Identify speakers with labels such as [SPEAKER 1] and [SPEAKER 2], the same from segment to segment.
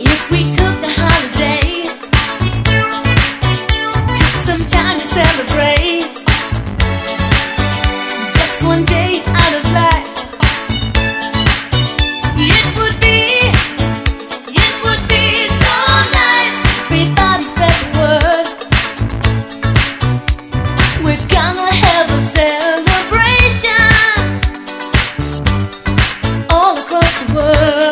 [SPEAKER 1] If we took a holiday, took some time to celebrate, just one day out of life, it would be, it would be so nice. Everybody's got the word. We're gonna have a celebration all across the world.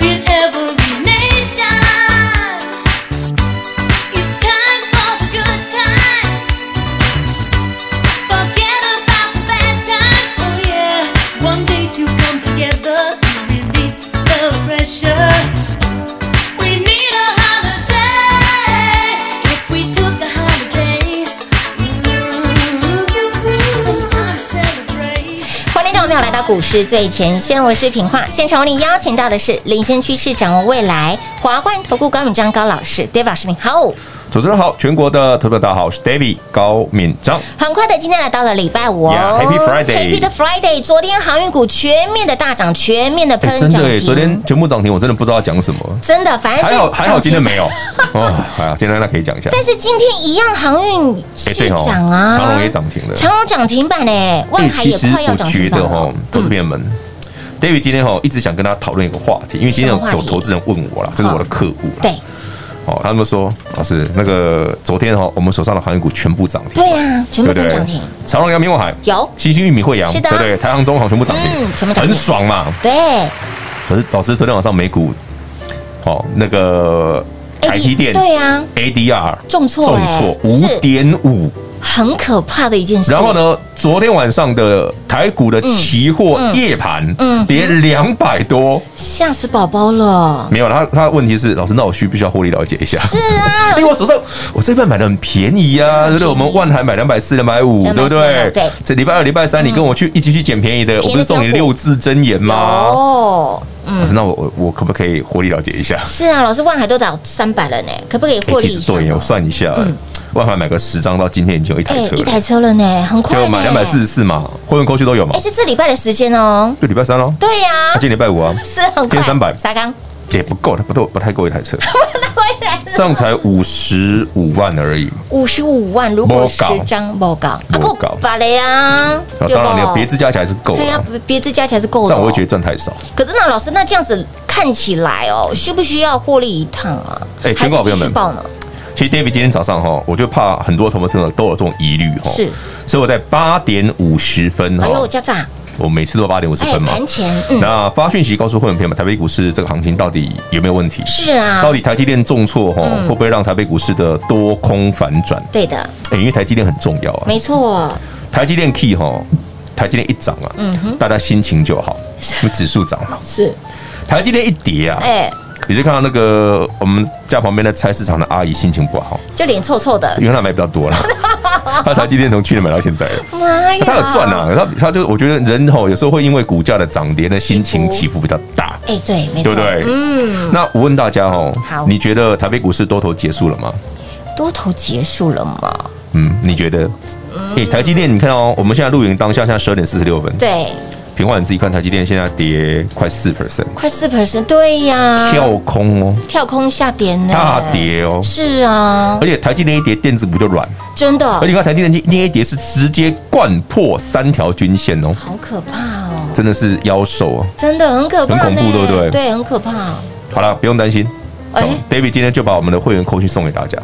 [SPEAKER 1] In every nation, it's time for the good times. Forget about the bad times. Oh yeah, one day to come together to release the pressure. We need a holiday. If we took a holiday, some time to celebrate.
[SPEAKER 2] 欢迎听众朋友来到股市最前线，我是品化。现场为你邀请到的是领先趋势、掌握未来华冠投顾高敏章高老师，David 老师，你好。
[SPEAKER 3] 主持人好，全国的特别大家好，我是 David 高敏章。
[SPEAKER 2] 很快的，今天来到了礼拜五哦
[SPEAKER 3] Yeah，Happy Friday
[SPEAKER 2] Happy 的 Friday。昨天航运股全面的大涨，全面的喷
[SPEAKER 3] 哎，
[SPEAKER 2] 涨
[SPEAKER 3] 真
[SPEAKER 2] 停、
[SPEAKER 3] 的耶，昨天全部涨停，我真的不知道讲什么。
[SPEAKER 2] 真的，反正是
[SPEAKER 3] 还好还好，今天
[SPEAKER 2] 涨停。
[SPEAKER 3] 没有。哦，还好，今天那可以讲一下。
[SPEAKER 2] 但是今天一样，航运
[SPEAKER 3] 哎，
[SPEAKER 2] 续
[SPEAKER 3] 对哦，
[SPEAKER 2] 涨啊，
[SPEAKER 3] 长荣也涨停了。
[SPEAKER 2] 长荣涨停板哎，万
[SPEAKER 3] 哎，
[SPEAKER 2] 海
[SPEAKER 3] 其
[SPEAKER 2] 也
[SPEAKER 3] 实
[SPEAKER 2] 快要
[SPEAKER 3] 我
[SPEAKER 2] 涨
[SPEAKER 3] 觉
[SPEAKER 2] 停板
[SPEAKER 3] 得
[SPEAKER 2] 了。嗯
[SPEAKER 3] 哈，投资朋友们，David 今天哈哦一直想跟大家讨论一个话题，因为今天
[SPEAKER 2] 什么话
[SPEAKER 3] 有
[SPEAKER 2] 题
[SPEAKER 3] 有投资人问我啦，这是我的客户啦。
[SPEAKER 2] 对
[SPEAKER 3] 哦，他们说老师，那个昨天哈，我们手上的航运股全部涨停，
[SPEAKER 2] 对啊，全部
[SPEAKER 3] 对
[SPEAKER 2] 都
[SPEAKER 3] 不对？
[SPEAKER 2] 涨停。
[SPEAKER 3] 长荣、阳明、望海、
[SPEAKER 2] 有
[SPEAKER 3] 新兴、玉米、惠阳，
[SPEAKER 2] 是
[SPEAKER 3] 对
[SPEAKER 2] 的
[SPEAKER 3] 不对？台航、中航全部涨
[SPEAKER 2] 嗯全部涨
[SPEAKER 3] 停，很
[SPEAKER 2] 停
[SPEAKER 3] 爽嘛。
[SPEAKER 2] 对，哎
[SPEAKER 3] 可是老师昨天晚上美股，哦，那个台积电
[SPEAKER 2] 对啊，
[SPEAKER 3] ADR
[SPEAKER 2] 重挫
[SPEAKER 3] 重
[SPEAKER 2] 哎
[SPEAKER 3] 挫
[SPEAKER 2] 是
[SPEAKER 3] 五点五，
[SPEAKER 2] 很可怕的一件事。
[SPEAKER 3] 然后？呢，昨天晚上的台股的期货
[SPEAKER 2] 嗯
[SPEAKER 3] 夜盘
[SPEAKER 2] 嗯
[SPEAKER 3] 跌两百多，
[SPEAKER 2] 吓死宝宝了。
[SPEAKER 3] 没有，他他的问题是老师，那我需不需要获利了解一下？
[SPEAKER 2] 是啊，
[SPEAKER 3] 因为我手上我这半买的很便宜呀、啊，对
[SPEAKER 2] 真的很
[SPEAKER 3] 不对？我们
[SPEAKER 2] 便宜
[SPEAKER 3] 万海买两百四、两百五，对不对
[SPEAKER 2] 240？对嗯
[SPEAKER 3] 这礼拜二、礼拜三你跟我去一起去捡便宜的，
[SPEAKER 2] 宜的
[SPEAKER 3] 我不是送你
[SPEAKER 2] 标股
[SPEAKER 3] 六字真言吗？
[SPEAKER 2] 哦，
[SPEAKER 3] 老
[SPEAKER 2] 嗯，
[SPEAKER 3] 师，那我我我可不可以获利了解一下？
[SPEAKER 2] 是啊，老师万海都涨三百了呢，可不可以
[SPEAKER 3] 哎、
[SPEAKER 2] 获利
[SPEAKER 3] 其
[SPEAKER 2] 一
[SPEAKER 3] 实
[SPEAKER 2] 下
[SPEAKER 3] 对，
[SPEAKER 2] 呢？
[SPEAKER 3] 我算一下，
[SPEAKER 2] 嗯
[SPEAKER 3] 万海买个十张到今天已经有一台
[SPEAKER 2] 哎，
[SPEAKER 3] 车
[SPEAKER 2] 一
[SPEAKER 3] 了，
[SPEAKER 2] 台车了呢，很快
[SPEAKER 3] 就
[SPEAKER 2] 呢，
[SPEAKER 3] 买两百四十四嘛，会员过去都有嘛
[SPEAKER 2] 哦哎，，是这礼拜的时间哦。
[SPEAKER 3] 就礼拜三喽，
[SPEAKER 2] 对呀
[SPEAKER 3] 那，今天礼拜五啊，
[SPEAKER 2] 是很快，
[SPEAKER 3] 今天300
[SPEAKER 2] 沙缸，
[SPEAKER 3] 也不够，不够不太够一 台车，
[SPEAKER 2] 回来
[SPEAKER 3] 这样才五十五万而已。
[SPEAKER 2] 五十五万，如果
[SPEAKER 3] 没
[SPEAKER 2] 十
[SPEAKER 3] 搞
[SPEAKER 2] 张不搞，啊
[SPEAKER 3] 没
[SPEAKER 2] 够
[SPEAKER 3] 搞
[SPEAKER 2] 把了呀，
[SPEAKER 3] 啊
[SPEAKER 2] 对
[SPEAKER 3] 当然，
[SPEAKER 2] 不
[SPEAKER 3] 你别支加起来是够
[SPEAKER 2] 对
[SPEAKER 3] 了
[SPEAKER 2] 哎呀
[SPEAKER 3] 啊，，
[SPEAKER 2] 别这加起来是够
[SPEAKER 3] 这
[SPEAKER 2] 的哦。
[SPEAKER 3] 样我会觉得赚太少。
[SPEAKER 2] 可是那老师，那这样子看起来哦，需不需要获利一趟啊？
[SPEAKER 3] 哎
[SPEAKER 2] 还
[SPEAKER 3] 全
[SPEAKER 2] 是
[SPEAKER 3] 国好朋
[SPEAKER 2] 继
[SPEAKER 3] 友
[SPEAKER 2] 续
[SPEAKER 3] 们
[SPEAKER 2] 报呢？
[SPEAKER 3] 其实 David 今天早上哈，我就怕很多投资者都有这种疑虑哈，
[SPEAKER 2] 是，
[SPEAKER 3] 所以我在八点五十分哈
[SPEAKER 2] 哎，呦，家长，
[SPEAKER 3] 我每次都八点五十
[SPEAKER 2] 哎，
[SPEAKER 3] 分嘛，
[SPEAKER 2] 盘前，嗯，
[SPEAKER 3] 那发讯息告诉会员朋友们，台北股市这个行情到底有没有问题？
[SPEAKER 2] 是啊
[SPEAKER 3] 到，底台积电重挫哈，
[SPEAKER 2] 嗯
[SPEAKER 3] 会不会让台北股市的多空反转？
[SPEAKER 2] 对的，
[SPEAKER 3] 哎因为台积电很重要啊，
[SPEAKER 2] 没错，
[SPEAKER 3] 台积电 key 哈，台积电一涨啊，大家心情就好，因为指数涨嘛。
[SPEAKER 2] 嗯是，
[SPEAKER 3] 台积电一跌啊，
[SPEAKER 2] 哎，
[SPEAKER 3] 你就看到那个我们家旁边的菜市场的阿姨心情不好，
[SPEAKER 2] 就脸臭臭的，
[SPEAKER 3] 因为她买比 较多了。她台积电从去年买到现在了，
[SPEAKER 2] 妈哎呀，
[SPEAKER 3] 她有赚，啊，她她就我觉得人吼有时候会因为股价的涨跌，那心情
[SPEAKER 2] 起
[SPEAKER 3] 起伏比较大。
[SPEAKER 2] 哎，对，没错，
[SPEAKER 3] 对不对
[SPEAKER 2] 嗯，
[SPEAKER 3] 那我问大家哦
[SPEAKER 2] 好，
[SPEAKER 3] 你觉得台北股市多头结束了吗？
[SPEAKER 2] 多头结束了嘛？
[SPEAKER 3] 嗯，你觉得？诶，台积电，你看哦，我们现在录影当下，现在十二点四十六分，
[SPEAKER 2] 嗯对，
[SPEAKER 3] 平话你自己看，台积电现在跌快四 percent，
[SPEAKER 2] 快四 percent，对呀，
[SPEAKER 3] 跳空哦，
[SPEAKER 2] 跳空下跌呢，
[SPEAKER 3] 大，跌哦，
[SPEAKER 2] 哎是哦啊
[SPEAKER 3] 而，且台积电一跌，电子股就软，
[SPEAKER 2] 真的
[SPEAKER 3] 而且，你看台积电今今天一跌是直接灌破三条均线哦，
[SPEAKER 2] 好可怕哦，
[SPEAKER 3] 真的是妖兽哦。
[SPEAKER 2] 真的很可怕呢，
[SPEAKER 3] 很恐怖对不对
[SPEAKER 2] 对，很可怕，
[SPEAKER 3] 好了，不用担心。
[SPEAKER 2] 哎
[SPEAKER 3] 哦 David 今天就把我们的会员扣讯送给大家。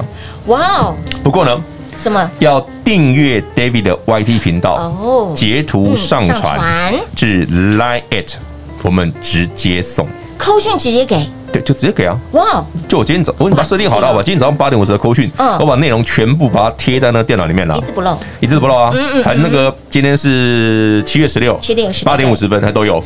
[SPEAKER 2] 哇哦，
[SPEAKER 3] 不过呢，
[SPEAKER 2] 什么？
[SPEAKER 3] 要订阅 David 的 YT 频道，
[SPEAKER 2] 哦，
[SPEAKER 3] 截图
[SPEAKER 2] 嗯
[SPEAKER 3] 上传
[SPEAKER 2] 传，
[SPEAKER 3] 至 Line at，我们直接送。
[SPEAKER 2] 扣讯直接给，
[SPEAKER 3] 对，就直接给啊。
[SPEAKER 2] 哇，哦
[SPEAKER 3] 就我今天早，我已经把它设定好了，好吧？今天早上八点五十的扣讯，
[SPEAKER 2] 嗯
[SPEAKER 3] 我把内容全部把它贴在那个电脑里面了
[SPEAKER 2] 一，字不漏，
[SPEAKER 3] 一字不漏啊
[SPEAKER 2] 嗯嗯嗯。
[SPEAKER 3] 还有那个今天是七月十六，
[SPEAKER 2] 7月16
[SPEAKER 3] 八点五十分，它都有，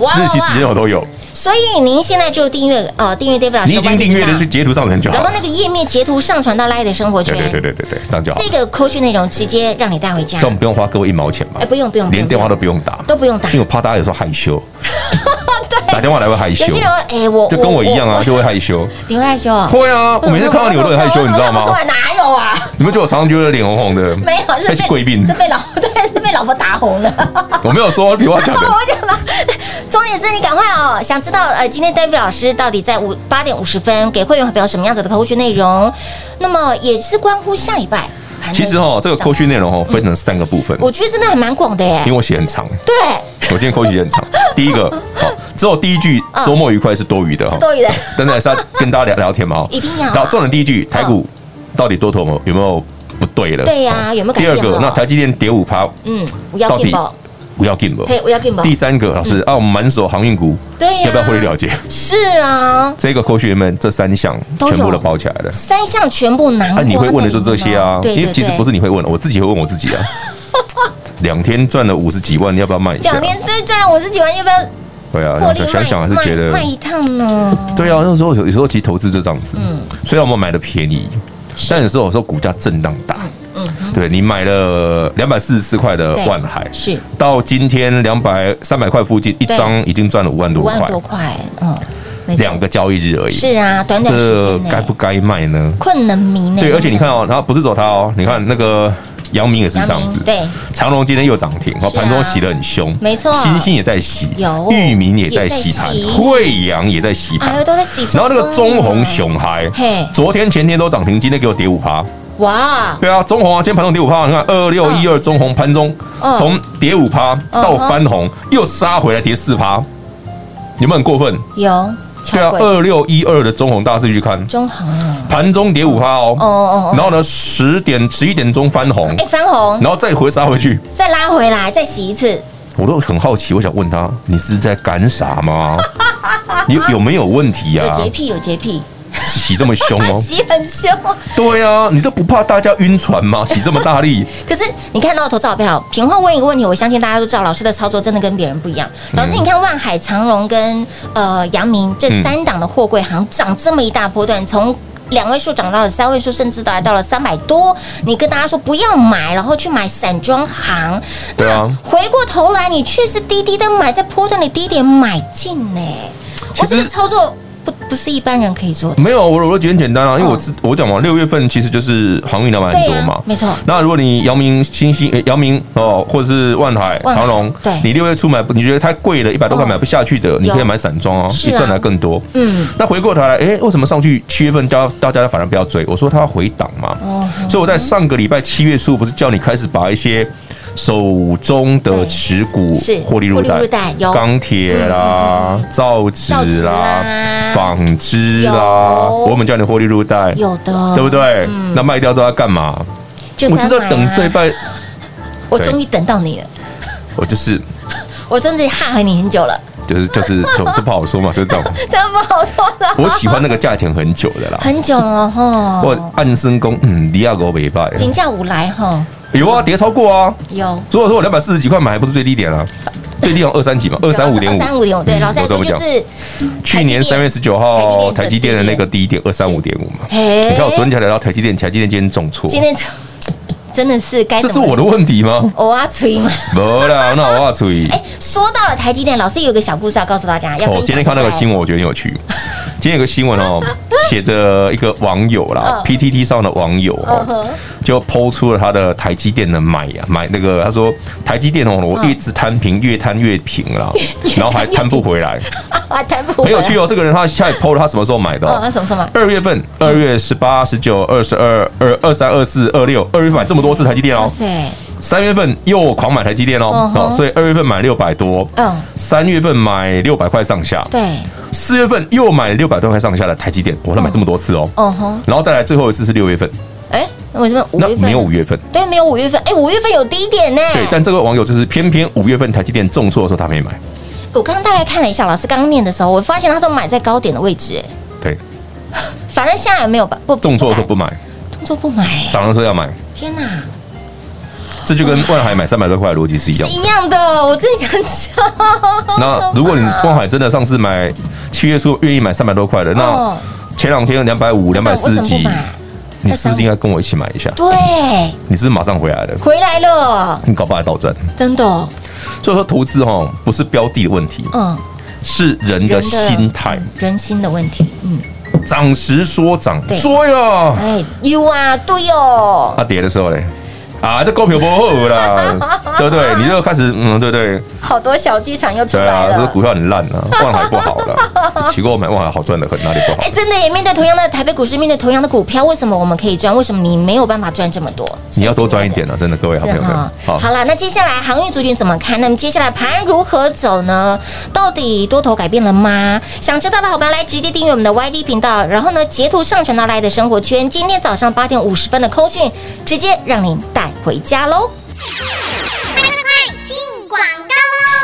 [SPEAKER 2] 哇
[SPEAKER 3] 日期时间我哦都有。
[SPEAKER 2] 所以您现在就订阅呃订阅 David 老师
[SPEAKER 3] 你
[SPEAKER 2] 的
[SPEAKER 3] 已
[SPEAKER 2] YT
[SPEAKER 3] 经订阅
[SPEAKER 2] 频
[SPEAKER 3] 的
[SPEAKER 2] 道
[SPEAKER 3] 去，截图上传就好
[SPEAKER 2] 然后
[SPEAKER 3] 了。
[SPEAKER 2] 那个页面截图上传到 Live 的生活圈
[SPEAKER 3] 对，对对对对对，这样就好了
[SPEAKER 2] 这。个扣讯内容直接让你带回家
[SPEAKER 3] 这样，我们不用花各位一毛钱嘛
[SPEAKER 2] 哎，？不用不用，不用
[SPEAKER 3] 连电话都不用打，
[SPEAKER 2] 都不用打
[SPEAKER 3] 因为我怕大家有时候害 羞，打电话来会害羞
[SPEAKER 2] 有，些人会哎我
[SPEAKER 3] 就跟我一样啊，就会害羞。
[SPEAKER 2] 我你会害羞啊？
[SPEAKER 3] 会啊，我每次看到你我都很害羞，你知道
[SPEAKER 2] 我都看不出
[SPEAKER 3] 吗
[SPEAKER 2] 来？哪有啊？
[SPEAKER 3] 你们觉得我常常觉得脸红红的，
[SPEAKER 2] 没有，
[SPEAKER 3] 那
[SPEAKER 2] 是
[SPEAKER 3] 是
[SPEAKER 2] 被
[SPEAKER 3] 贵宾
[SPEAKER 2] 是，被老对，是被老婆打红了。
[SPEAKER 3] 我没有说比我讲的。
[SPEAKER 2] 我讲了，重点是你赶快哦，想知道呃，今天 David 老师到底在五八点五十分给会员朋友什么样子的扣讯内容？那么也是关乎下礼拜。盘
[SPEAKER 3] 其实哦
[SPEAKER 2] 后
[SPEAKER 3] 哈，这个扣讯内容哈分成三个部分，
[SPEAKER 2] 我觉得真的还蛮广的
[SPEAKER 3] 因为
[SPEAKER 2] 耶。
[SPEAKER 3] 我写很长，我
[SPEAKER 2] 对，
[SPEAKER 3] 今天扣讯也很长。 第一个，好，只有第一句
[SPEAKER 2] 嗯
[SPEAKER 3] 周末愉快是多余的哈，
[SPEAKER 2] 多余的。
[SPEAKER 3] 但是还是要跟大家聊聊天嘛，哦
[SPEAKER 2] 一定要啊
[SPEAKER 3] 好，重点第一句，台股到底多头有没有不对了？
[SPEAKER 2] 对呀有没有改
[SPEAKER 3] 第
[SPEAKER 2] 变
[SPEAKER 3] 二个
[SPEAKER 2] 哦，
[SPEAKER 3] 那台积电跌五趴，
[SPEAKER 2] 嗯，我要
[SPEAKER 3] 到
[SPEAKER 2] g
[SPEAKER 3] 底
[SPEAKER 2] a
[SPEAKER 3] 不要进不？
[SPEAKER 2] 嘿，我要 g a
[SPEAKER 3] 第三个，老师啊，我们满手航运股，
[SPEAKER 2] 对呀
[SPEAKER 3] 要不要获利了结？
[SPEAKER 2] 是啊，
[SPEAKER 3] 这个扣讯们这三项
[SPEAKER 2] 都有
[SPEAKER 3] 全部都包起来了。
[SPEAKER 2] 三项全部拿
[SPEAKER 3] 啊，
[SPEAKER 2] 过。
[SPEAKER 3] 你会问的就
[SPEAKER 2] 它
[SPEAKER 3] 这
[SPEAKER 2] 在里
[SPEAKER 3] 些
[SPEAKER 2] 面
[SPEAKER 3] 啊
[SPEAKER 2] 吗，对
[SPEAKER 3] 因
[SPEAKER 2] 对
[SPEAKER 3] 为
[SPEAKER 2] 对，
[SPEAKER 3] 其实不是你会问的，我自己会问我自己 啊。两天赚了五十几万，要不要卖一下
[SPEAKER 2] 两？年对赚了五十几万，要不要
[SPEAKER 3] 对啊，
[SPEAKER 2] 获利
[SPEAKER 3] 想
[SPEAKER 2] 卖
[SPEAKER 3] 想想还是
[SPEAKER 2] 卖
[SPEAKER 3] 觉得
[SPEAKER 2] 卖，一趟呢？
[SPEAKER 3] 对啊，那时候有有时候其实投资就这样子。
[SPEAKER 2] 嗯
[SPEAKER 3] 虽然我们买的便宜，但有时候有时候股价震荡大。
[SPEAKER 2] 嗯
[SPEAKER 3] 对你买了两百四十四块的
[SPEAKER 2] 对
[SPEAKER 3] 万海，
[SPEAKER 2] 是
[SPEAKER 3] 到今天两百三百块附近一
[SPEAKER 2] 对
[SPEAKER 3] 张已经赚了五万
[SPEAKER 2] 五
[SPEAKER 3] 多
[SPEAKER 2] 万
[SPEAKER 3] 块，
[SPEAKER 2] 多块，嗯，没错
[SPEAKER 3] 两个交易日而已。
[SPEAKER 2] 是啊，短短时
[SPEAKER 3] 这
[SPEAKER 2] 间内
[SPEAKER 3] 该不该卖呢？
[SPEAKER 2] 困能迷呢？
[SPEAKER 3] 对，而且你看哦，然后不是走它哦，你看那个阳明也是
[SPEAKER 2] 阳
[SPEAKER 3] 这
[SPEAKER 2] 明，
[SPEAKER 3] 样子，
[SPEAKER 2] 对，
[SPEAKER 3] 长隆今天又涨停，哦，
[SPEAKER 2] 是啊
[SPEAKER 3] 盘中洗得很凶，
[SPEAKER 2] 没错
[SPEAKER 3] 新兴也在洗，
[SPEAKER 2] 有
[SPEAKER 3] 域名也在洗盘
[SPEAKER 2] 也在，洗
[SPEAKER 3] 惠阳也在洗盘
[SPEAKER 2] 哎呦，，都在洗出风
[SPEAKER 3] 然后
[SPEAKER 2] 了。
[SPEAKER 3] 那个中红熊嗨
[SPEAKER 2] 嘿，
[SPEAKER 3] 昨天前天都涨停，今天给我跌五趴，
[SPEAKER 2] 哇，
[SPEAKER 3] 对啊，中红啊，今天盘中跌五趴，你看二六一二中红盘中
[SPEAKER 2] 嗯
[SPEAKER 3] 从跌五趴到
[SPEAKER 2] 嗯哼
[SPEAKER 3] 翻红，又杀回来跌四趴，有没有很过分？
[SPEAKER 2] 有
[SPEAKER 3] 对
[SPEAKER 2] 巧，
[SPEAKER 3] 啊
[SPEAKER 2] 鬼
[SPEAKER 3] 二六一二的中红，大家自己去看，
[SPEAKER 2] 中行啊，
[SPEAKER 3] 盘中跌五趴哦，
[SPEAKER 2] 哦哦哦，
[SPEAKER 3] 然后呢，十点十一点钟翻红，
[SPEAKER 2] 哎，翻红
[SPEAKER 3] 然后再回杀回去，
[SPEAKER 2] 再拉回来，再洗一次，
[SPEAKER 3] 我都很好奇，我想问他，你是在干啥 吗？你有没有问题呀、
[SPEAKER 2] 有
[SPEAKER 3] 啊
[SPEAKER 2] 洁？癖有洁癖，
[SPEAKER 3] 洗这么凶
[SPEAKER 2] 他
[SPEAKER 3] 哦？
[SPEAKER 2] 洗很凶。
[SPEAKER 3] 对啊，你都不怕大家晕船吗？洗这么 大力，
[SPEAKER 2] 可是你看到投资好不好？平话问一个问题，我相信大家都知道，老师的操作真的跟别人不一样。
[SPEAKER 3] 嗯
[SPEAKER 2] 老师，你看万海、长荣跟呃阳明这三档的货柜行涨这么一大波段，从两位数涨到了三位数，甚至达到了三百多。你跟大家说不要买，然后去买散装行。
[SPEAKER 3] 对啊
[SPEAKER 2] 那回过头来，你却是低低的买，在波段的低点买进呢、
[SPEAKER 3] 其
[SPEAKER 2] 我
[SPEAKER 3] 实
[SPEAKER 2] 这个操作不不是一般人可以做的。
[SPEAKER 3] 没有，我我觉得很简单啊，因为我
[SPEAKER 2] 嗯
[SPEAKER 3] 知我讲嘛，六月份其实就是航运两百很
[SPEAKER 2] 对
[SPEAKER 3] 多
[SPEAKER 2] 呀、
[SPEAKER 3] 嘛。
[SPEAKER 2] 没错。
[SPEAKER 3] 那如果你阳明、新兴、呃阳明哦，或者是万海、
[SPEAKER 2] 万海
[SPEAKER 3] 长隆，
[SPEAKER 2] 对
[SPEAKER 3] 你六月初买，你觉得太贵了，一百多块
[SPEAKER 2] 哦
[SPEAKER 3] 买不下去的，你可以
[SPEAKER 2] 有
[SPEAKER 3] 买散装哦，
[SPEAKER 2] 是啊
[SPEAKER 3] 你赚的还更多。
[SPEAKER 2] 嗯，
[SPEAKER 3] 那回过头来，哎、为什么上去七月份大家大家反而不要追？我说它要回档嘛。
[SPEAKER 2] 哦，
[SPEAKER 3] 所以我在上个礼拜七月初不是叫你开始把一些手中的持股
[SPEAKER 2] 对是
[SPEAKER 3] 获利入
[SPEAKER 2] 获利
[SPEAKER 3] 袋
[SPEAKER 2] 入袋有，嗯
[SPEAKER 3] 钢铁啦、
[SPEAKER 2] 造
[SPEAKER 3] 造
[SPEAKER 2] 纸
[SPEAKER 3] 纸
[SPEAKER 2] 啦
[SPEAKER 3] 啦、纺织啦，
[SPEAKER 2] 有
[SPEAKER 3] 我们叫你获利入袋，
[SPEAKER 2] 有的，
[SPEAKER 3] 对不？对？那卖掉之后要干嘛？
[SPEAKER 2] 就
[SPEAKER 3] 我
[SPEAKER 2] 是
[SPEAKER 3] 就
[SPEAKER 2] 要买啊
[SPEAKER 3] 在等这一拜，
[SPEAKER 2] 我终于等到你了，
[SPEAKER 3] 我就是
[SPEAKER 2] 我甚至哈和你很久了，
[SPEAKER 3] 就是就是，就这不好说嘛，就是这 样。
[SPEAKER 2] 这样不好说的，
[SPEAKER 3] 我喜欢那个价钱很久的啦，
[SPEAKER 2] 很久了哦
[SPEAKER 3] 我
[SPEAKER 2] 吼，
[SPEAKER 3] 暗生功，嗯，离亚狗没败，
[SPEAKER 2] 金价无来吼，
[SPEAKER 3] 有啊，跌超过啊。
[SPEAKER 2] 有。
[SPEAKER 3] 所以我说我两百四十几块买，还不是最低点啊？最低点二三几嘛，二三五点五，
[SPEAKER 2] 二三五点五，对，
[SPEAKER 3] 嗯
[SPEAKER 2] 老师来
[SPEAKER 3] 我怎
[SPEAKER 2] 说
[SPEAKER 3] 么
[SPEAKER 2] 就
[SPEAKER 3] 讲？
[SPEAKER 2] 是，
[SPEAKER 3] 去年三月十九号
[SPEAKER 2] 台
[SPEAKER 3] 台
[SPEAKER 2] 积
[SPEAKER 3] 积
[SPEAKER 2] 电
[SPEAKER 3] 电
[SPEAKER 2] 的
[SPEAKER 3] 的那个低点二三五点五嘛。
[SPEAKER 2] 哎
[SPEAKER 3] 你看我昨天才聊到台积电，台积电今天重挫，
[SPEAKER 2] 今天真 真的是该
[SPEAKER 3] 这
[SPEAKER 2] 怎
[SPEAKER 3] 是
[SPEAKER 2] 么
[SPEAKER 3] 我的问题吗？
[SPEAKER 2] 我啊吹嘛，
[SPEAKER 3] 没 啦，那我要注意。
[SPEAKER 2] 哎，说到了台积电，老师有个小故事要告诉大家，要分
[SPEAKER 3] 哦
[SPEAKER 2] 享，
[SPEAKER 3] 今天看那个新
[SPEAKER 2] 闻，
[SPEAKER 3] 闻，我觉得很有趣。今天有个新 闻哦，写的一个网友啦
[SPEAKER 2] 嗯
[SPEAKER 3] ，PTT 上的网友哦，就抛出了他的台积电的买呀买那个，他说台积电哦，我
[SPEAKER 2] 嗯
[SPEAKER 3] 一直摊平，越摊越平 啦，然后还摊不回来，
[SPEAKER 2] 啊，谈不
[SPEAKER 3] 很有趣
[SPEAKER 2] 哦，
[SPEAKER 3] 哦。这个人他下一抛了他什么时候买的
[SPEAKER 2] 嗯，
[SPEAKER 3] 哦
[SPEAKER 2] 那？什么什么，
[SPEAKER 3] 二月份，
[SPEAKER 2] 嗯
[SPEAKER 3] 二月十八、十九、二十二、二二三、二四、二六，二月份买这么多次台积电
[SPEAKER 2] 哇
[SPEAKER 3] 哦。
[SPEAKER 2] 塞，
[SPEAKER 3] 三月份又狂买台积电哦
[SPEAKER 2] 嗯，哼
[SPEAKER 3] 哦，所以二月份买六百多，
[SPEAKER 2] 嗯，
[SPEAKER 3] 三月份买六百块上下，
[SPEAKER 2] 对，
[SPEAKER 3] 四月份又买六百多块上下的台积电，我他买这么多次哦。
[SPEAKER 2] 哦吼，
[SPEAKER 3] 然后再来最后一次是六月份，
[SPEAKER 2] 哎，那为什么五
[SPEAKER 3] 那
[SPEAKER 2] 月份呢
[SPEAKER 3] 没有五月份，
[SPEAKER 2] 对，没有五月份，哎，五月份有低点呢，
[SPEAKER 3] 对，但这个网友就是偏偏五月份台积电重挫的时候他没买，
[SPEAKER 2] 我刚刚大概看了一下，老师刚刚念的时候，我发现它都买在高点的位置，哎
[SPEAKER 3] 对，
[SPEAKER 2] 反正下来没有吧？不，
[SPEAKER 3] 重挫的时候
[SPEAKER 2] 不
[SPEAKER 3] 不买，
[SPEAKER 2] 买动作不买，哎
[SPEAKER 3] 涨的时候要买，
[SPEAKER 2] 天哪，
[SPEAKER 3] 这就跟万海买三百多块的逻辑是一
[SPEAKER 2] 是
[SPEAKER 3] 样。
[SPEAKER 2] 一样的，我真想笑。
[SPEAKER 3] 那如果你万海真的上次买七月初愿意买三百多块的，那
[SPEAKER 2] 哦
[SPEAKER 3] 前两天两百五、两百四十
[SPEAKER 2] 为什么
[SPEAKER 3] 几
[SPEAKER 2] 不，买
[SPEAKER 3] 你是不是应该跟我一起买一下？
[SPEAKER 2] 对，
[SPEAKER 3] 你是不是马上回来了？
[SPEAKER 2] 回来了，
[SPEAKER 3] 你搞不好还倒赚。
[SPEAKER 2] 真的，
[SPEAKER 3] 所以说投资哦，不是标的的问题，
[SPEAKER 2] 嗯，
[SPEAKER 3] 是人的心态。
[SPEAKER 2] 嗯人心的问题，嗯，
[SPEAKER 3] 涨时说涨，
[SPEAKER 2] 对
[SPEAKER 3] 追啊！
[SPEAKER 2] 哎，you 啊，对哦，
[SPEAKER 3] 啊跌的时候嘞，啊这股票不好 啦，对不对？你就开始嗯，对对
[SPEAKER 2] 好多小剧场又出
[SPEAKER 3] 对
[SPEAKER 2] 来
[SPEAKER 3] 啊，这
[SPEAKER 2] 了
[SPEAKER 3] 股。票很烂啊，万海不好 啦，奇怪我买万海好赚的很，哪里不好
[SPEAKER 2] 哎、？真的耶！面对同样的台北股市，面对同样的股票，为什么我们可以赚？为什么你没有办法赚这么多？
[SPEAKER 3] 你要多赚一点啊，真的，各位好
[SPEAKER 2] 是
[SPEAKER 3] 朋友们
[SPEAKER 2] 哈，，好了，那接下来航运族群怎么看？那么接下来盘如何走呢？到底多头改变了吗？想知道的好朋友来直接订阅我们的 YD 频道，然后呢截图上传到赖的生活圈。今天早上八点五十分的扣讯，直接让您带回家喽。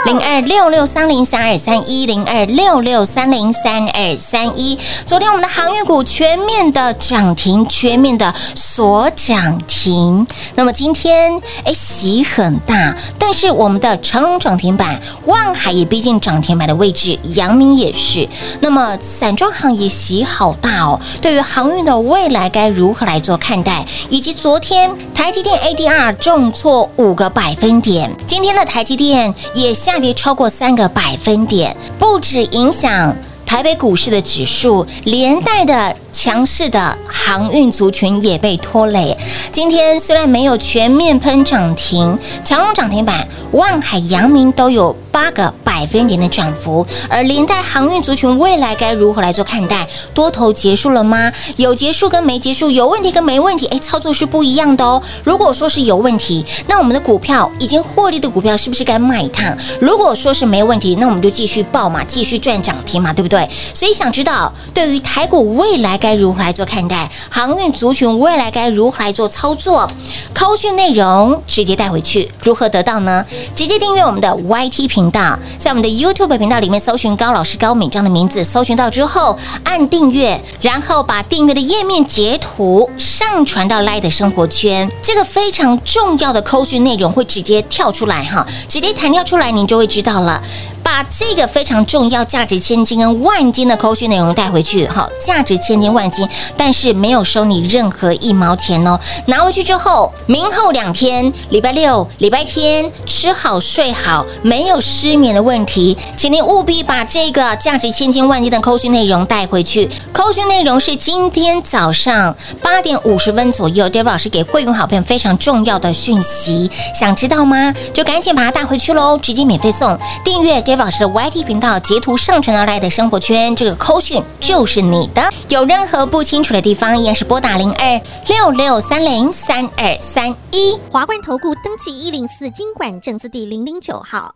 [SPEAKER 2] 零二六六三零三二三一零二六六三零三二三一。昨天我们的航运股全面的涨停，全面的锁涨停。那么今天哎，洗很大，但是我们的长荣涨停板，万海也逼近涨停板的位置，阳明也是。那么散装行也洗好大哦。对于航运的未来该如何来做看待，以及昨天台积电 ADR 重挫五个百分点，今天的台积电也下跌超过三个百分点，不止影响。台北股市的指数连带的强势的航运族群也被拖累。今天虽然没有全面喷涨停，长荣涨停板、万海、阳明都有八个百分点的涨幅，而连带航运族群未来该如何来做看待？多头结束了吗？有结束跟没结束，有问题跟没问题，哎，操作是不一样的哦。如果说是有问题，那我们的股票已经获利的股票是不是该卖一趟？如果说是没问题，那我们就继续报嘛，继续赚涨停嘛，对不对？所以想知道对于台股未来该如何来做看待，航运族群未来该如何来做操作，扣讯内容直接带回去，如何得到呢？直接订阅我们的 YT 频道，在我们的 YouTube 频道里面搜寻高老师高敏章的名字，搜寻到之后按订阅，然后把订阅的页面截图上传到 Light 的生活圈，这个非常重要的扣讯内容会直接跳出来哈，直接弹跳出来，您就会知道了。把这个非常重要、价值千金跟万金的扣讯内容带回去，好，价值千金万金，但是没有收你任何一毛钱哦。拿回去之后，明后两天，礼拜六、礼拜天吃好睡好，没有失眠的问题，请您务必把这个价值千金万金的扣讯内容带回去。扣讯内容是今天早上八点五十分左右 d a v i 老师给会员好朋友非常重要的讯息，想知道吗？就赶紧把它带回去喽，直接免费送。订阅 d a v i 老师的 YT 频道，截图上传到赖的生活圈，这个扣讯就是你的。有任何不清楚的地方，依然是拨打零二六六三零三二三一。
[SPEAKER 4] 华冠投顾登记一零四经管证字第零零九号。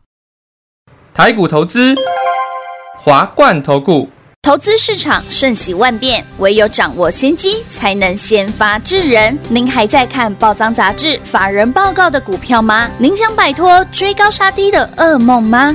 [SPEAKER 5] 台股投资，华冠投顾。
[SPEAKER 6] 投资市场瞬息万变，唯有掌握先机，才能先发制人。您还在看报章杂志、法人报告的股票吗？您想摆脱追高杀低的噩梦吗？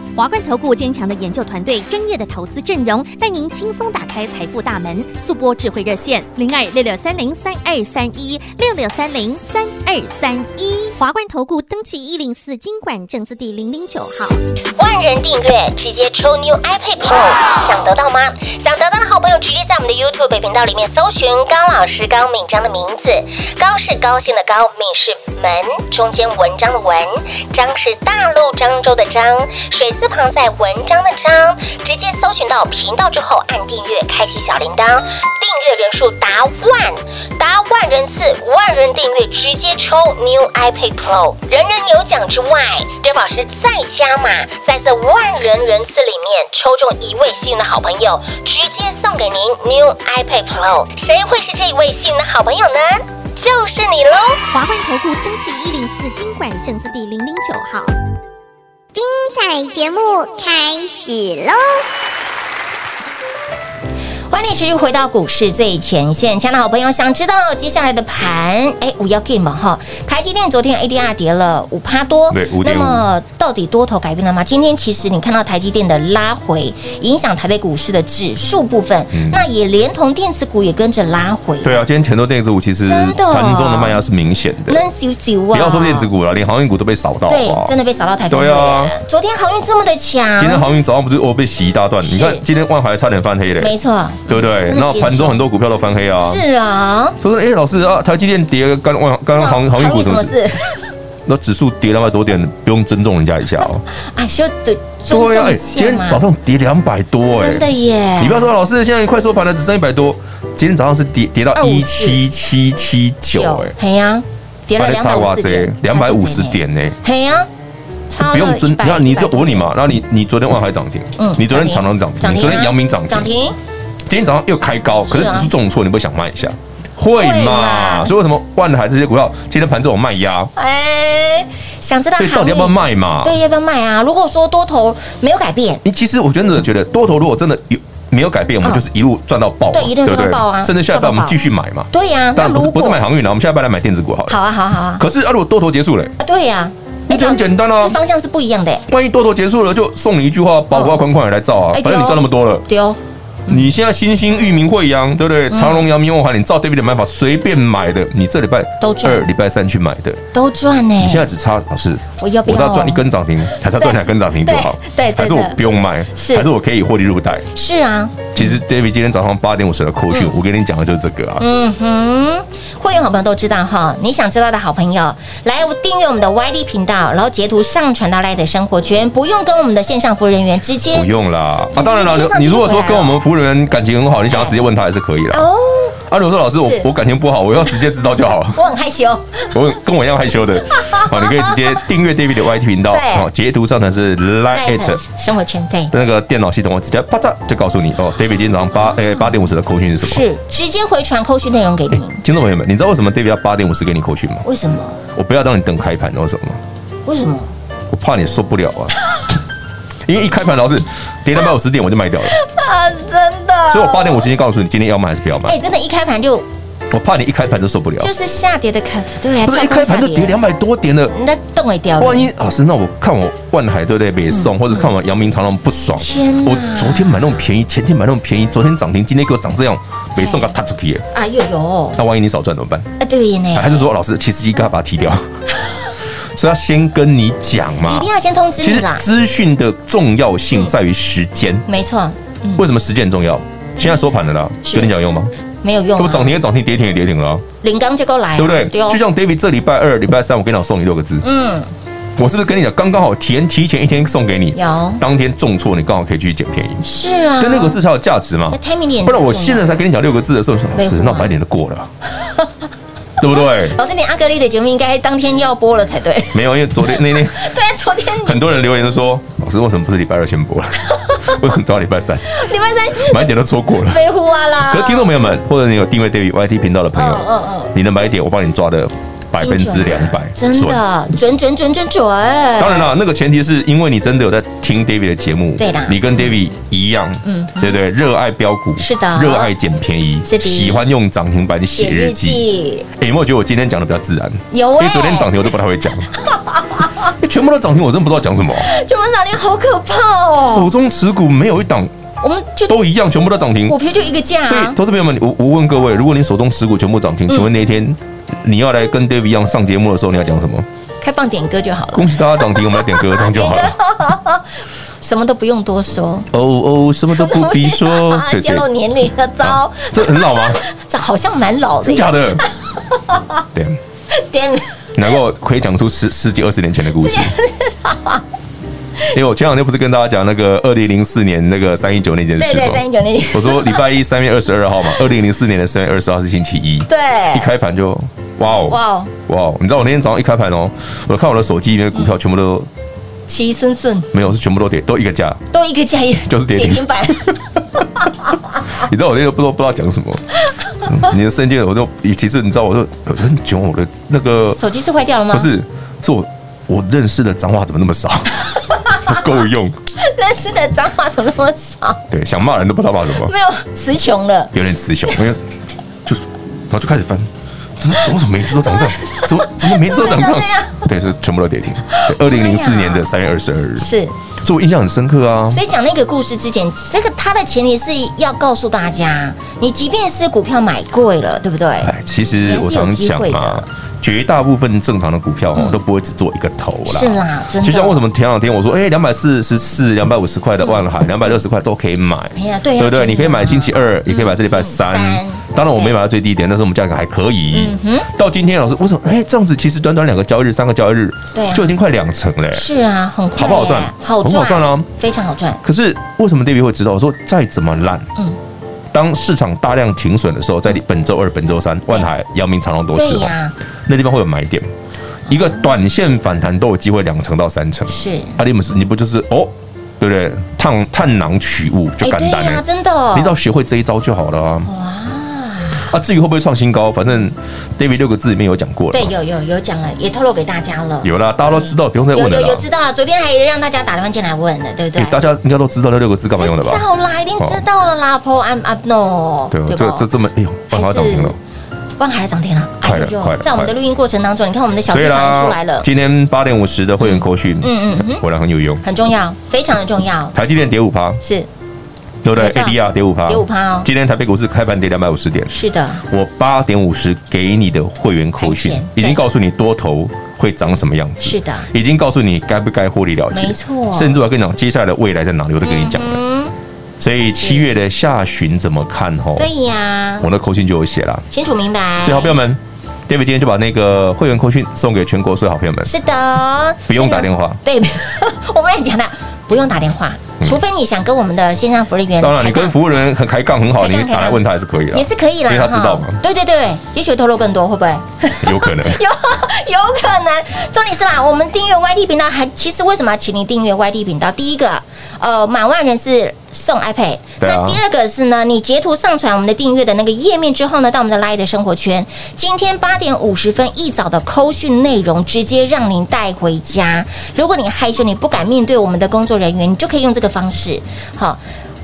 [SPEAKER 4] 华冠投顾坚强的研究团队，专业的投资阵容，带您轻松打开财富大门。速播智慧热线零二六六三零三二三一六六三零三二三一。华冠投顾登记一零四经管证字第零零九号。
[SPEAKER 7] 万人订阅，直接抽 New iPad Pro，想得到吗？想得到的好朋友，直接在我们的 YouTube 频道里面搜寻高老师高敏章的名字，高是高兴的高，敏是门，中间文章的文，章是大陆漳州的漳，水字旁在文章的章，直接搜寻到频道之后按订阅，开启小铃铛，订阅人数达万。达万人次、万人订阅，直接抽 New iPad Pro，人人有奖之外，对老师再加码，在这万人人次里面抽中一位幸运的好朋友，直接送给您 New iPad Pro。谁会是这一位幸运的好朋友呢？就是你喽！
[SPEAKER 4] 华冠投顾登记一零四经管证字第零零九号。
[SPEAKER 8] 精彩节目开始喽！
[SPEAKER 2] 欢迎持续回到股市最前线，亲爱的好朋友，想知道接下来的盘？哎，五幺 game 哈，台积电昨天 ADR 跌了五趴多，
[SPEAKER 3] 对5.5
[SPEAKER 2] 那么到底多头改变了吗？今天其实你看到台积电的拉回，影响台北股市的指数部分，那也连同电子股也跟着拉回，
[SPEAKER 3] 嗯对啊，今天全都电子股其实
[SPEAKER 2] 真的啊
[SPEAKER 3] 盘中的卖压是明显的，
[SPEAKER 2] 能咻咻啊！
[SPEAKER 3] 不要说电子股了，连航运股都被扫到，好
[SPEAKER 2] 对
[SPEAKER 3] 不好，
[SPEAKER 2] 真的被扫到台风
[SPEAKER 3] 对啊
[SPEAKER 2] 尾了昨天航运这么的强，
[SPEAKER 3] 今天航运早上不是我被洗一大段，
[SPEAKER 2] 是
[SPEAKER 3] 你看今天万海差点翻黑嘞，
[SPEAKER 2] 没错，
[SPEAKER 3] 对不对
[SPEAKER 2] 真？的
[SPEAKER 3] 那
[SPEAKER 2] 是
[SPEAKER 3] 盘中很多股票都翻黑啊。
[SPEAKER 2] 是啊，
[SPEAKER 3] 所以说，哎，老师啊，台积电跌，刚万刚刚航航运股
[SPEAKER 2] 什
[SPEAKER 3] 什
[SPEAKER 2] 么
[SPEAKER 3] 么
[SPEAKER 2] 事？
[SPEAKER 3] 事？
[SPEAKER 2] 啊
[SPEAKER 3] 那指数跌两百多点，不用尊重人家一下哦。
[SPEAKER 2] 哎，就对，尊重
[SPEAKER 3] 哎
[SPEAKER 2] 一
[SPEAKER 3] 今
[SPEAKER 2] 下
[SPEAKER 3] 天
[SPEAKER 2] 嘛，
[SPEAKER 3] 早上跌两百多，哎
[SPEAKER 2] 啊真，的耶！
[SPEAKER 3] 你不要说老师，现在快收盘了，只剩一百多，今天早上是跌跌到一七七七九，哎，
[SPEAKER 2] 嘿呀，跌了
[SPEAKER 3] 还
[SPEAKER 2] 两
[SPEAKER 3] 在
[SPEAKER 2] 百五十
[SPEAKER 3] 这
[SPEAKER 2] 点，
[SPEAKER 3] 两百五十，点呢。
[SPEAKER 2] 嘿呀，超
[SPEAKER 3] 不用尊，
[SPEAKER 2] 你
[SPEAKER 3] 你看你就我问你嘛，然后你你昨天万海涨停，你昨天长隆涨停，你昨天阳明涨
[SPEAKER 2] 嗯涨
[SPEAKER 3] 停，
[SPEAKER 2] 停，
[SPEAKER 3] 今天早上又开高，可是
[SPEAKER 2] 是啊
[SPEAKER 3] 指数重挫，你不会想卖一下？会
[SPEAKER 2] 会啦
[SPEAKER 3] 嘛？所以为什么万海这些股票今天盘中有卖压？
[SPEAKER 2] 哎，想知道
[SPEAKER 3] 所以到
[SPEAKER 2] 行
[SPEAKER 3] 底
[SPEAKER 2] 业
[SPEAKER 3] 要不要？卖嘛？
[SPEAKER 2] 对，要不要卖啊？如果说多头没有改变，
[SPEAKER 3] 你其实我真的觉得多头如果真的有没有改变，我们
[SPEAKER 2] 嗯
[SPEAKER 3] 就是一路赚到爆嘛，
[SPEAKER 2] 对一路赚到爆啊
[SPEAKER 3] 甚至下一半
[SPEAKER 2] 赚到
[SPEAKER 3] 我们
[SPEAKER 2] 爆
[SPEAKER 3] 继续买嘛。
[SPEAKER 2] 对呀，
[SPEAKER 3] 当
[SPEAKER 2] 那
[SPEAKER 3] 然不是
[SPEAKER 2] 如
[SPEAKER 3] 不
[SPEAKER 2] 果
[SPEAKER 3] 是买航运了，我们下一半来买电子股好了。
[SPEAKER 2] 好啊，好啊，好啊，
[SPEAKER 3] 可是啊，如果多头结束了，
[SPEAKER 2] 啊对呀，
[SPEAKER 3] 那就很简单
[SPEAKER 2] 这
[SPEAKER 3] 啊。
[SPEAKER 2] 方向是不一样的，
[SPEAKER 3] 万一多头结束了，就送你一句话：包括宽宽也来造啊
[SPEAKER 2] 哎，
[SPEAKER 3] 反正你赚那么多了。
[SPEAKER 2] 丢
[SPEAKER 3] 你现在新兴、域名、惠阳，对
[SPEAKER 2] 嗯
[SPEAKER 3] 不对？长隆、阳明、万华，你照 David 的买法随便买的，你这礼拜
[SPEAKER 2] 都赚
[SPEAKER 3] 二、礼拜三去买的，
[SPEAKER 2] 都赚呢
[SPEAKER 3] 你。现在只差老师，
[SPEAKER 2] 我要不
[SPEAKER 3] 我
[SPEAKER 2] 要
[SPEAKER 3] 只要赚一根涨停，还是要赚两根涨停就好？
[SPEAKER 2] 对对对
[SPEAKER 3] 还是我
[SPEAKER 2] 真的
[SPEAKER 3] 不用卖，
[SPEAKER 2] 是
[SPEAKER 3] 还是我可以获利入袋？
[SPEAKER 2] 是啊，
[SPEAKER 3] 其实 David 今天早上八点五十的扣讯，我跟你讲的就是这个啊。
[SPEAKER 2] 嗯哼，会员好朋友都知道哈，你想知道的好朋友，来订阅我们的 YD 频道，然后截图上传到赖的生活圈，不用跟我们的线上服务人员直接
[SPEAKER 3] 不用啦，啊，
[SPEAKER 2] 直接
[SPEAKER 3] 当然
[SPEAKER 2] 贴
[SPEAKER 3] 了，
[SPEAKER 2] 上
[SPEAKER 3] 你
[SPEAKER 2] 去
[SPEAKER 3] 如果
[SPEAKER 2] 就回
[SPEAKER 3] 说
[SPEAKER 2] 来
[SPEAKER 3] 跟
[SPEAKER 2] 了
[SPEAKER 3] 我们服务人员感情很好，你想要直接问他也是可以啦。
[SPEAKER 2] 哦，
[SPEAKER 3] 啊，如果说老师我
[SPEAKER 2] 是
[SPEAKER 3] 我感情不好，我要直接知道就好，
[SPEAKER 2] 我很害羞，
[SPEAKER 3] 我跟我一样 害羞的，好，你可以直接订阅 David 的 YT 频道，
[SPEAKER 2] 对
[SPEAKER 3] 好，截图上传是 Line at
[SPEAKER 2] 生活圈对。
[SPEAKER 3] 那个电脑系统，我直接啪嚓就告诉你哦，David 今天早上八
[SPEAKER 2] 嗯
[SPEAKER 3] 诶八点五十的扣讯是什么？
[SPEAKER 2] 是直接回传扣讯内容给您。
[SPEAKER 3] 听众朋友们，你知道为什么 David 要八点五十给你扣讯吗？
[SPEAKER 2] 为什么？
[SPEAKER 3] 我不要让你等开盘，你知道为什么吗？
[SPEAKER 2] 为什么？
[SPEAKER 3] 我怕你受不了啊。因为一开盘老是跌两百五十点，我就卖掉了，
[SPEAKER 2] 啊，真的
[SPEAKER 3] 所以我八点五十先告诉你今天要卖还是不要
[SPEAKER 2] 哎、
[SPEAKER 3] 卖。
[SPEAKER 2] 真的，一开盘就
[SPEAKER 3] 我怕你一开盘就受不了，
[SPEAKER 2] 就是下跌的开，对啊，
[SPEAKER 3] 不是一
[SPEAKER 2] 跳
[SPEAKER 3] 开
[SPEAKER 2] 空下
[SPEAKER 3] 盘就跌两百多点了。
[SPEAKER 2] 你那动也掉了。
[SPEAKER 3] 万一老师，那我看我万海对不对北
[SPEAKER 2] 嗯
[SPEAKER 3] 宋，或者看我阳明长隆不爽，
[SPEAKER 2] 天哪
[SPEAKER 3] 我昨天买那种便宜，前天买那种便宜，昨天涨停，今天给我涨这样，北宋给它踏出去了，
[SPEAKER 2] 啊，又有
[SPEAKER 3] 那万一你少赚怎么办？
[SPEAKER 2] 啊，对呢，
[SPEAKER 3] 还是说老师其实应该把它 踢掉？所以要先跟你讲
[SPEAKER 2] 一
[SPEAKER 3] 嘛
[SPEAKER 2] 定。要先通知
[SPEAKER 3] 其
[SPEAKER 2] 你
[SPEAKER 3] 实
[SPEAKER 2] 啦。
[SPEAKER 3] 资讯的重要性在于时间，
[SPEAKER 2] 没错，嗯，
[SPEAKER 3] 为什么时间很重要？现在收盘了啦，
[SPEAKER 2] 是
[SPEAKER 3] 有点讲用吗？
[SPEAKER 2] 没有用、
[SPEAKER 3] 我
[SPEAKER 2] 啊，
[SPEAKER 3] 涨停也涨停，跌停也跌停了啊，
[SPEAKER 2] 领刚就够来啊，
[SPEAKER 3] 对不对？
[SPEAKER 2] 哦
[SPEAKER 3] 就像 David 这礼拜二、礼拜三，我跟你讲送你六个字，
[SPEAKER 2] 嗯，
[SPEAKER 3] 我是不是跟你讲刚刚好提提前一天送给你？
[SPEAKER 2] 有
[SPEAKER 3] 当天重挫，你刚好可以去捡便宜，
[SPEAKER 2] 是啊，哎
[SPEAKER 3] 但那个字才有价值嘛
[SPEAKER 2] 那。timing 点，
[SPEAKER 3] 不然我现在才跟你讲六个字的时候，说老
[SPEAKER 2] 没
[SPEAKER 3] 师，
[SPEAKER 2] 有啊
[SPEAKER 3] 那我白点就过了啊， 对不对？
[SPEAKER 2] 老师，你阿格丽的节目应该当天要播了才对。
[SPEAKER 3] 没有，因为昨天那天。
[SPEAKER 2] 对啊，昨天
[SPEAKER 3] 很多人留言都说，老师为什么不是礼拜二 先播了？为什么到礼拜三？
[SPEAKER 2] 礼拜三
[SPEAKER 3] 买点都错过了。
[SPEAKER 2] 被呼啊啦，
[SPEAKER 3] 可是听众朋友们，或者你有订阅 David YT 频道的朋友，
[SPEAKER 2] 嗯嗯嗯
[SPEAKER 3] 你的买点我帮你抓的百分之
[SPEAKER 2] 精准
[SPEAKER 3] 两百，
[SPEAKER 2] 真
[SPEAKER 3] 准。
[SPEAKER 2] 的准准准准准。
[SPEAKER 3] 当然啦，那个前提是因为你真的有在听 David 的节目，
[SPEAKER 2] 对啦
[SPEAKER 3] 你跟 David 一样，
[SPEAKER 2] 嗯
[SPEAKER 3] 对不对？热爱标股，
[SPEAKER 2] 是的
[SPEAKER 3] 热爱捡便宜
[SPEAKER 2] 是，的
[SPEAKER 3] 喜欢用涨停板写
[SPEAKER 2] 写
[SPEAKER 3] 日
[SPEAKER 2] 日
[SPEAKER 3] 记。
[SPEAKER 2] 记
[SPEAKER 3] 欸有没有觉得我今天讲的比较自然？
[SPEAKER 2] 有
[SPEAKER 3] 因
[SPEAKER 2] 哎、
[SPEAKER 3] 为昨天涨停我都不太会讲， 因为全部都涨停，我真不知道讲什么。
[SPEAKER 2] 全部涨停好可怕哦！
[SPEAKER 3] 手中持股没有一档
[SPEAKER 2] 我们就
[SPEAKER 3] 都一样，全部都涨停
[SPEAKER 2] 股。票就一个价、
[SPEAKER 3] 所以，
[SPEAKER 2] 啊，
[SPEAKER 3] 投资朋友们，我我问各位，如果你手中持股全部涨停，请
[SPEAKER 2] 嗯
[SPEAKER 3] 问那一天你要来跟 David 一样上节目的时候，你要讲什么？
[SPEAKER 2] 开放点歌就好了，
[SPEAKER 3] 恭喜大家涨停，我们来点歌，这样就 好了。
[SPEAKER 2] 什么都不用多说。
[SPEAKER 3] 哦哦，什么都不必 说，对
[SPEAKER 2] 泄
[SPEAKER 3] 对
[SPEAKER 2] 露，年龄了，糟，
[SPEAKER 3] 这很老吗？
[SPEAKER 2] 这好像蛮老的
[SPEAKER 3] 真
[SPEAKER 2] 耶。
[SPEAKER 3] 假的？对，
[SPEAKER 2] 点
[SPEAKER 3] 难怪我可以讲出十十几二十年前的故事。 因为我前两天不是跟大家讲那个二零零四年那个三一九那件
[SPEAKER 2] 对
[SPEAKER 3] 事
[SPEAKER 2] 对，三一
[SPEAKER 3] 吗？
[SPEAKER 2] 九那
[SPEAKER 3] 我说礼拜一三月二十二号嘛，二零零四年的三月二十号是星期一，一
[SPEAKER 2] 对，
[SPEAKER 3] 开盘就哇哦
[SPEAKER 2] 哇哦，
[SPEAKER 3] 哇哦！你知道我那天早上一开盘哦，我看我的手机里面的股票全部都
[SPEAKER 2] 齐顺顺
[SPEAKER 3] 没有，是全部都跌，都一个价。
[SPEAKER 2] 都一个价，
[SPEAKER 3] 就是跌停
[SPEAKER 2] 板。
[SPEAKER 3] 你知道我那时候不知道不知道讲什么，你的证件，我就其实你知道，我说我说请问我的那个
[SPEAKER 2] 手机是坏掉了吗？
[SPEAKER 3] 不，是，是我我认识的脏话怎么那么少？不够用，
[SPEAKER 2] 认识的脏话怎么那么少？
[SPEAKER 3] 对，想骂人都不知道骂什么，
[SPEAKER 2] 没有词穷了。
[SPEAKER 3] 有点词穷，因为就是然后就开始翻，怎么怎么怎么每只都长这样，怎么怎么每只都长这
[SPEAKER 2] 怎么
[SPEAKER 3] 样
[SPEAKER 2] 这样，
[SPEAKER 3] 对，是全部都跌停。 对，二零零四年的三月二十二日，
[SPEAKER 2] 是，
[SPEAKER 3] 所以我印象很深刻啊。
[SPEAKER 2] 所以讲那个故事之前，这个它的前提是要告诉大家，你即便是股票买贵了，对不对？
[SPEAKER 3] 哎，其实我常讲
[SPEAKER 2] 还是有机会
[SPEAKER 3] 嘛
[SPEAKER 2] 的，嗯
[SPEAKER 3] 绝大部分正常的股票哦都不会只做一个头啦。
[SPEAKER 2] 是啦，真的。嗯
[SPEAKER 3] 就像为什么前两天我说，哎、两百四十四、两百五十块的万海，两百六十块都可以买，
[SPEAKER 2] 哎呀对呀
[SPEAKER 3] 不
[SPEAKER 2] 对呀
[SPEAKER 3] 对？你可以买星期二，也可以买这礼拜三
[SPEAKER 2] 星期三。
[SPEAKER 3] 当然我没买到最低点，但是我们价格还可以。
[SPEAKER 2] 嗯
[SPEAKER 3] 到今天老师为什么？哎、这样子其实短短两个交易日、三个交易日，
[SPEAKER 2] 对啊
[SPEAKER 3] 就已经快两成嘞、
[SPEAKER 2] 是啊，很快耶，
[SPEAKER 3] 好不好赚
[SPEAKER 2] 好
[SPEAKER 3] 很好赚啊
[SPEAKER 2] 非常好赚。
[SPEAKER 3] 可是为什么 David 会知道？我说再怎么烂，
[SPEAKER 2] 嗯
[SPEAKER 3] 当市场大量停损的时候，在本周二、本周三，万海、阳明、长隆都
[SPEAKER 2] 对
[SPEAKER 3] 是、哦
[SPEAKER 2] 呀、
[SPEAKER 3] 那地方会有买点，一个短线反弹都有机会两成到三成。
[SPEAKER 2] 是。
[SPEAKER 3] 阿里姆斯，你不就是哦，对不对？探探囊取物就
[SPEAKER 2] 哎，
[SPEAKER 3] 干
[SPEAKER 2] 对哦
[SPEAKER 3] 单
[SPEAKER 2] 呀、
[SPEAKER 3] 了，
[SPEAKER 2] 真的。
[SPEAKER 3] 你只要学会这一招就好了啊。
[SPEAKER 2] 哇，
[SPEAKER 3] 啊，至于会不会创新高，反正 David 六个字里面有讲过了
[SPEAKER 2] 对，
[SPEAKER 3] 嘛，
[SPEAKER 2] 有有有讲了，也透露给大家了。
[SPEAKER 3] 嗯有啦，大家都知道，不用再
[SPEAKER 2] 有
[SPEAKER 3] 问了
[SPEAKER 2] 有
[SPEAKER 3] 啦
[SPEAKER 2] 有。知道了，昨天还让大家打电话进来问了，对不对？
[SPEAKER 3] 哎大家应该都知道那六个字干嘛用的吧哦
[SPEAKER 2] 知？道啦，一定知道了啦，Pro I'm up no，
[SPEAKER 3] 对，这
[SPEAKER 2] 不
[SPEAKER 3] 这这么，哎呦，万华涨停了。。
[SPEAKER 2] 万海涨停了，
[SPEAKER 3] 快了快
[SPEAKER 2] 啊
[SPEAKER 3] 了
[SPEAKER 2] 哎在我们的录音过程当中，你看我们的小
[SPEAKER 3] 所以
[SPEAKER 2] 剧场也
[SPEAKER 3] 啦
[SPEAKER 2] 出来了，
[SPEAKER 3] 今天八点五十的会员口讯，
[SPEAKER 2] 嗯嗯嗯嗯
[SPEAKER 3] 果然很有用。
[SPEAKER 2] 很重要，非常的重要，
[SPEAKER 3] 台积电跌五趴，
[SPEAKER 2] 是
[SPEAKER 3] 对不对
[SPEAKER 2] 嗯没错
[SPEAKER 3] ？ADR 跌五趴，
[SPEAKER 2] 跌5%哦
[SPEAKER 3] 啊今天台北股市开盘跌两百五十点，
[SPEAKER 2] 是的，
[SPEAKER 3] 我八点五十给你的会员口讯
[SPEAKER 2] 还钱，
[SPEAKER 3] 已经
[SPEAKER 2] 哎对
[SPEAKER 3] 告诉你多头会长什么样子，
[SPEAKER 2] 是的
[SPEAKER 3] 已经告诉你该不该获利了结，
[SPEAKER 2] 没错
[SPEAKER 3] 甚至我还跟你讲接下来的未来在哪里，我都跟你讲哦了。
[SPEAKER 2] 嗯哼，
[SPEAKER 3] 所以七月的下旬怎么看？吼，
[SPEAKER 2] 对呀
[SPEAKER 3] 我，的口讯就有写了。
[SPEAKER 2] 清楚明白。
[SPEAKER 3] 所以好朋友们，David 今天就把那个会员口讯送给全国所有好朋友们，
[SPEAKER 2] 是的，
[SPEAKER 3] 不用打
[SPEAKER 2] 所以呢
[SPEAKER 3] 电话。嗯
[SPEAKER 2] 对， 我们也讲的，不用打电话，除非你想跟我们的线上福利员，
[SPEAKER 3] 当然，你跟服务人员很开杠很好，
[SPEAKER 2] 开
[SPEAKER 3] 你
[SPEAKER 2] 杠开
[SPEAKER 3] 打来
[SPEAKER 2] 杠
[SPEAKER 3] 问他也是可以的，啊
[SPEAKER 2] 也是可以啦，
[SPEAKER 3] 因为他知道
[SPEAKER 2] 哈
[SPEAKER 3] 嘛，
[SPEAKER 2] 对对对，也许会透露更多，会不会？
[SPEAKER 3] 有可能。
[SPEAKER 2] 有有可能。重点是啦，我们订阅 YT 频道还，其实为什么要请你订阅 YT 频道？第一个，呃，满万人是送 iPad，、
[SPEAKER 3] 对啊
[SPEAKER 2] 那第二个是呢，你截图上传我们的订阅的那个页面之后呢，到我们的 Live 的生活圈，今天八点五十分一早的扣讯内容，直接让您带回家。如果你害羞，你不敢面对我们的工作人员，你就可以用这个方式。好，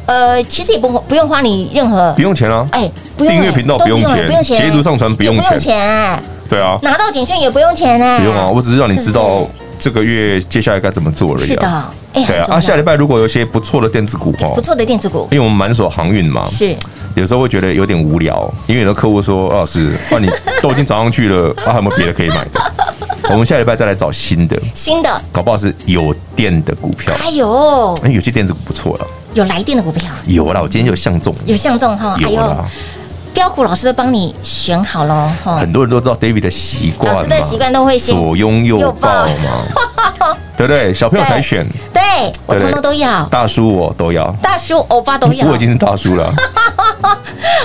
[SPEAKER 2] 呃，其实也不不用花你任何
[SPEAKER 3] 不。用钱啊，
[SPEAKER 2] 哎，不用
[SPEAKER 3] 订阅
[SPEAKER 2] 哎
[SPEAKER 3] 频道
[SPEAKER 2] 都
[SPEAKER 3] 不用
[SPEAKER 2] 哎
[SPEAKER 3] 钱
[SPEAKER 2] 不用钱，
[SPEAKER 3] 截图上传不
[SPEAKER 2] 也
[SPEAKER 3] 用
[SPEAKER 2] 不用
[SPEAKER 3] 钱
[SPEAKER 2] 钱哎，
[SPEAKER 3] 对啊，
[SPEAKER 2] 拿到简讯也不用钱呢、
[SPEAKER 3] 不用啊，我只是让你知
[SPEAKER 2] 是
[SPEAKER 3] 道
[SPEAKER 2] 不
[SPEAKER 3] 这个月接下来该怎么做而已、啊。
[SPEAKER 2] 是是的，哎、
[SPEAKER 3] 对
[SPEAKER 2] 很
[SPEAKER 3] 啊，
[SPEAKER 2] 重要
[SPEAKER 3] 啊，下礼拜如果有一些不错的电子股哦哎
[SPEAKER 2] 不，错的电子股
[SPEAKER 3] 因为我们满手航运嘛，
[SPEAKER 2] 是
[SPEAKER 3] 有时候会觉得有点无聊，因为有的客户说，啊，是，那、你都已经涨上去了， 啊，还有没有别的可以买的？我们下礼拜再来找新的，
[SPEAKER 2] 新的，
[SPEAKER 3] 搞不好是有电的股票，
[SPEAKER 2] 哎呦，
[SPEAKER 3] 因为有些电子股不错了，
[SPEAKER 2] 有来电的股票，
[SPEAKER 3] 有啦，我今天就相中。
[SPEAKER 2] 有相中哈，哎
[SPEAKER 3] 有
[SPEAKER 2] 呦
[SPEAKER 3] 啦，，
[SPEAKER 2] 标股老师都帮你选好喽哈
[SPEAKER 3] 很，多人都知道 David 的习惯嘛，
[SPEAKER 2] 老师的习惯都会先
[SPEAKER 3] 左拥右抱嘛， 对不对？小朋友才选，
[SPEAKER 2] 对我通通都要，
[SPEAKER 3] 大叔我都要，
[SPEAKER 2] 大叔欧巴都要
[SPEAKER 3] 我已。经是大 叔了。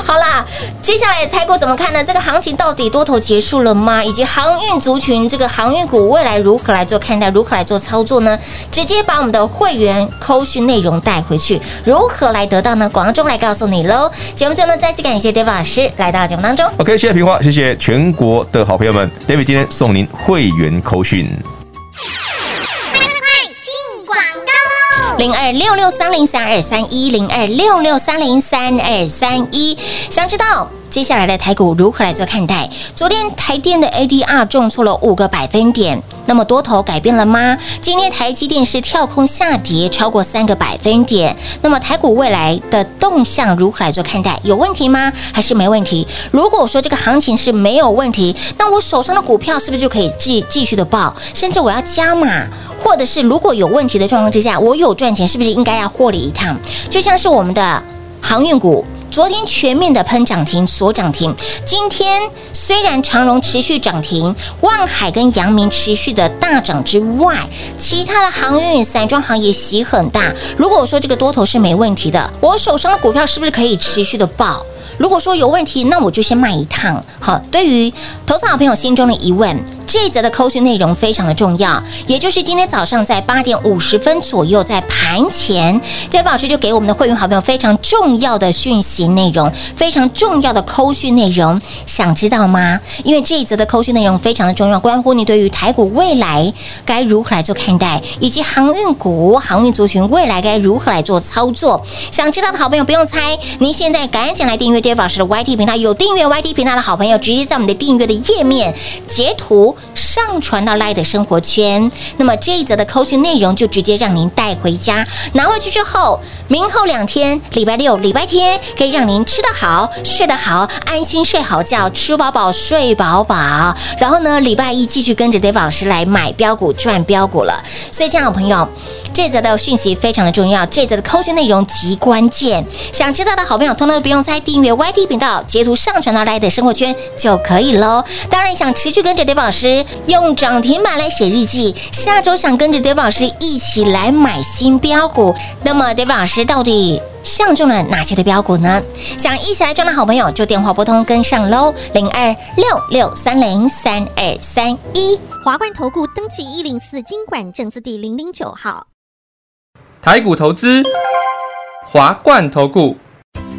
[SPEAKER 2] 好啦，接下来台股怎么看呢？这个行情到底多头结束了吗？以及航运族群这个航运股未来如何来做看待，如何来做操作呢？直接把我们的会员扣讯内容带回去，如何来得到呢？广告中来告诉你喽。节目最后呢，再次感谢 David 老师来到节目当中。
[SPEAKER 3] OK，谢谢平花，谢谢全国的好朋友们，David 今天送您会员口讯。
[SPEAKER 8] 进广告喽！
[SPEAKER 2] 零二六六三零三二三一零二六六三零三二三一。想知道接下来的台股如何来做看待？昨天台电的 ADR 重挫了五个百分点，那么多头改变了吗？今天台积电是跳空下跌超过三个百分点，那么台股未来的动向如何来做看待？有问题吗？还是没问题？如果说这个行情是没有问题，那我手上的股票是不是就可以继继续的报？甚至我要加码，或者是如果有问题的状况之下，我有赚钱，是不是应该要获利一趟？就像是我们的航运股。昨天全面的喷涨停，锁涨停。今天虽然长荣持续涨停，万海跟阳明持续的大涨之外，其他的航运、散装行也洗很大。如果说这个多头是没问题的，我手上的股票是不是可以持续的爆？如果说有问题，那我就先卖一趟。好，对于投资好朋友心中的疑问，这一则的扣讯内容非常的重要，也就是今天早上在八点五十分左右，在盘前，杰夫老师就给我们的会员好朋友非常重要的讯息内容，非常重要的扣讯内容，想知道吗？因为这一则的扣讯内容非常的重要，关乎你对于台股未来该如何来做看待，以及航运股、航运族群未来该如何来做操作。想知道的好朋友不用猜，您现在赶紧来订阅 Dave 老师的 YT 频道。有订阅 YT 频道的好朋友，直接在我们的订阅的页面截图上传到 Light 的生活圈。那么这一则的扣讯内容就直接让您带回家，拿回去之后，明后两天，礼拜六、礼拜天，可以让您吃得好、睡得好，安心睡好觉，吃饱饱、睡饱饱。然后呢，礼拜一继续跟着 Dave 老师来买标股、赚标股了。所以，亲爱的朋友，这则的讯息非常的重要，这则的扣讯内容极关键。想知道的好朋友，通通都不用猜，订阅 YT 频道，截图上传到 Light 的生活圈就可以喽。当然，想持续跟着 Dave 老师用涨停板来写日记，下周想跟着 Dave 老师一起来买新标股，那么 Dave 老师到底？相中了哪些的标股呢？想一起来赚的好朋友，就电话拨通跟上喽，零二六六三零三二三一。
[SPEAKER 4] 华冠投顾登记一零四经管证字第零零九号。
[SPEAKER 5] 台股投资，华冠投顾。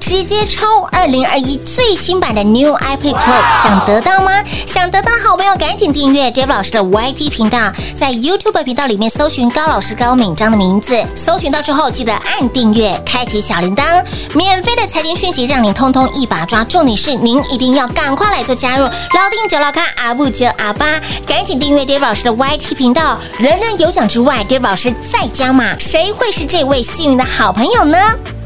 [SPEAKER 2] 直接抽二零二一最新版的 New iPad Pro，想得到吗？想得到的好朋友赶紧订阅 Dave 老师的 YT 频道，在 YouTube 频道里面搜寻高老师高敏章的名字，搜寻到之后记得按订阅，开启小铃铛，免费的财经讯息让你通通一把抓。重点是您一定要赶快来做加入，老定九老咖阿布九阿巴，赶紧订阅 Dave 老师的 YT 频道，人人有奖之外，Dave 老师再加码，谁会是这位幸运的好朋友呢？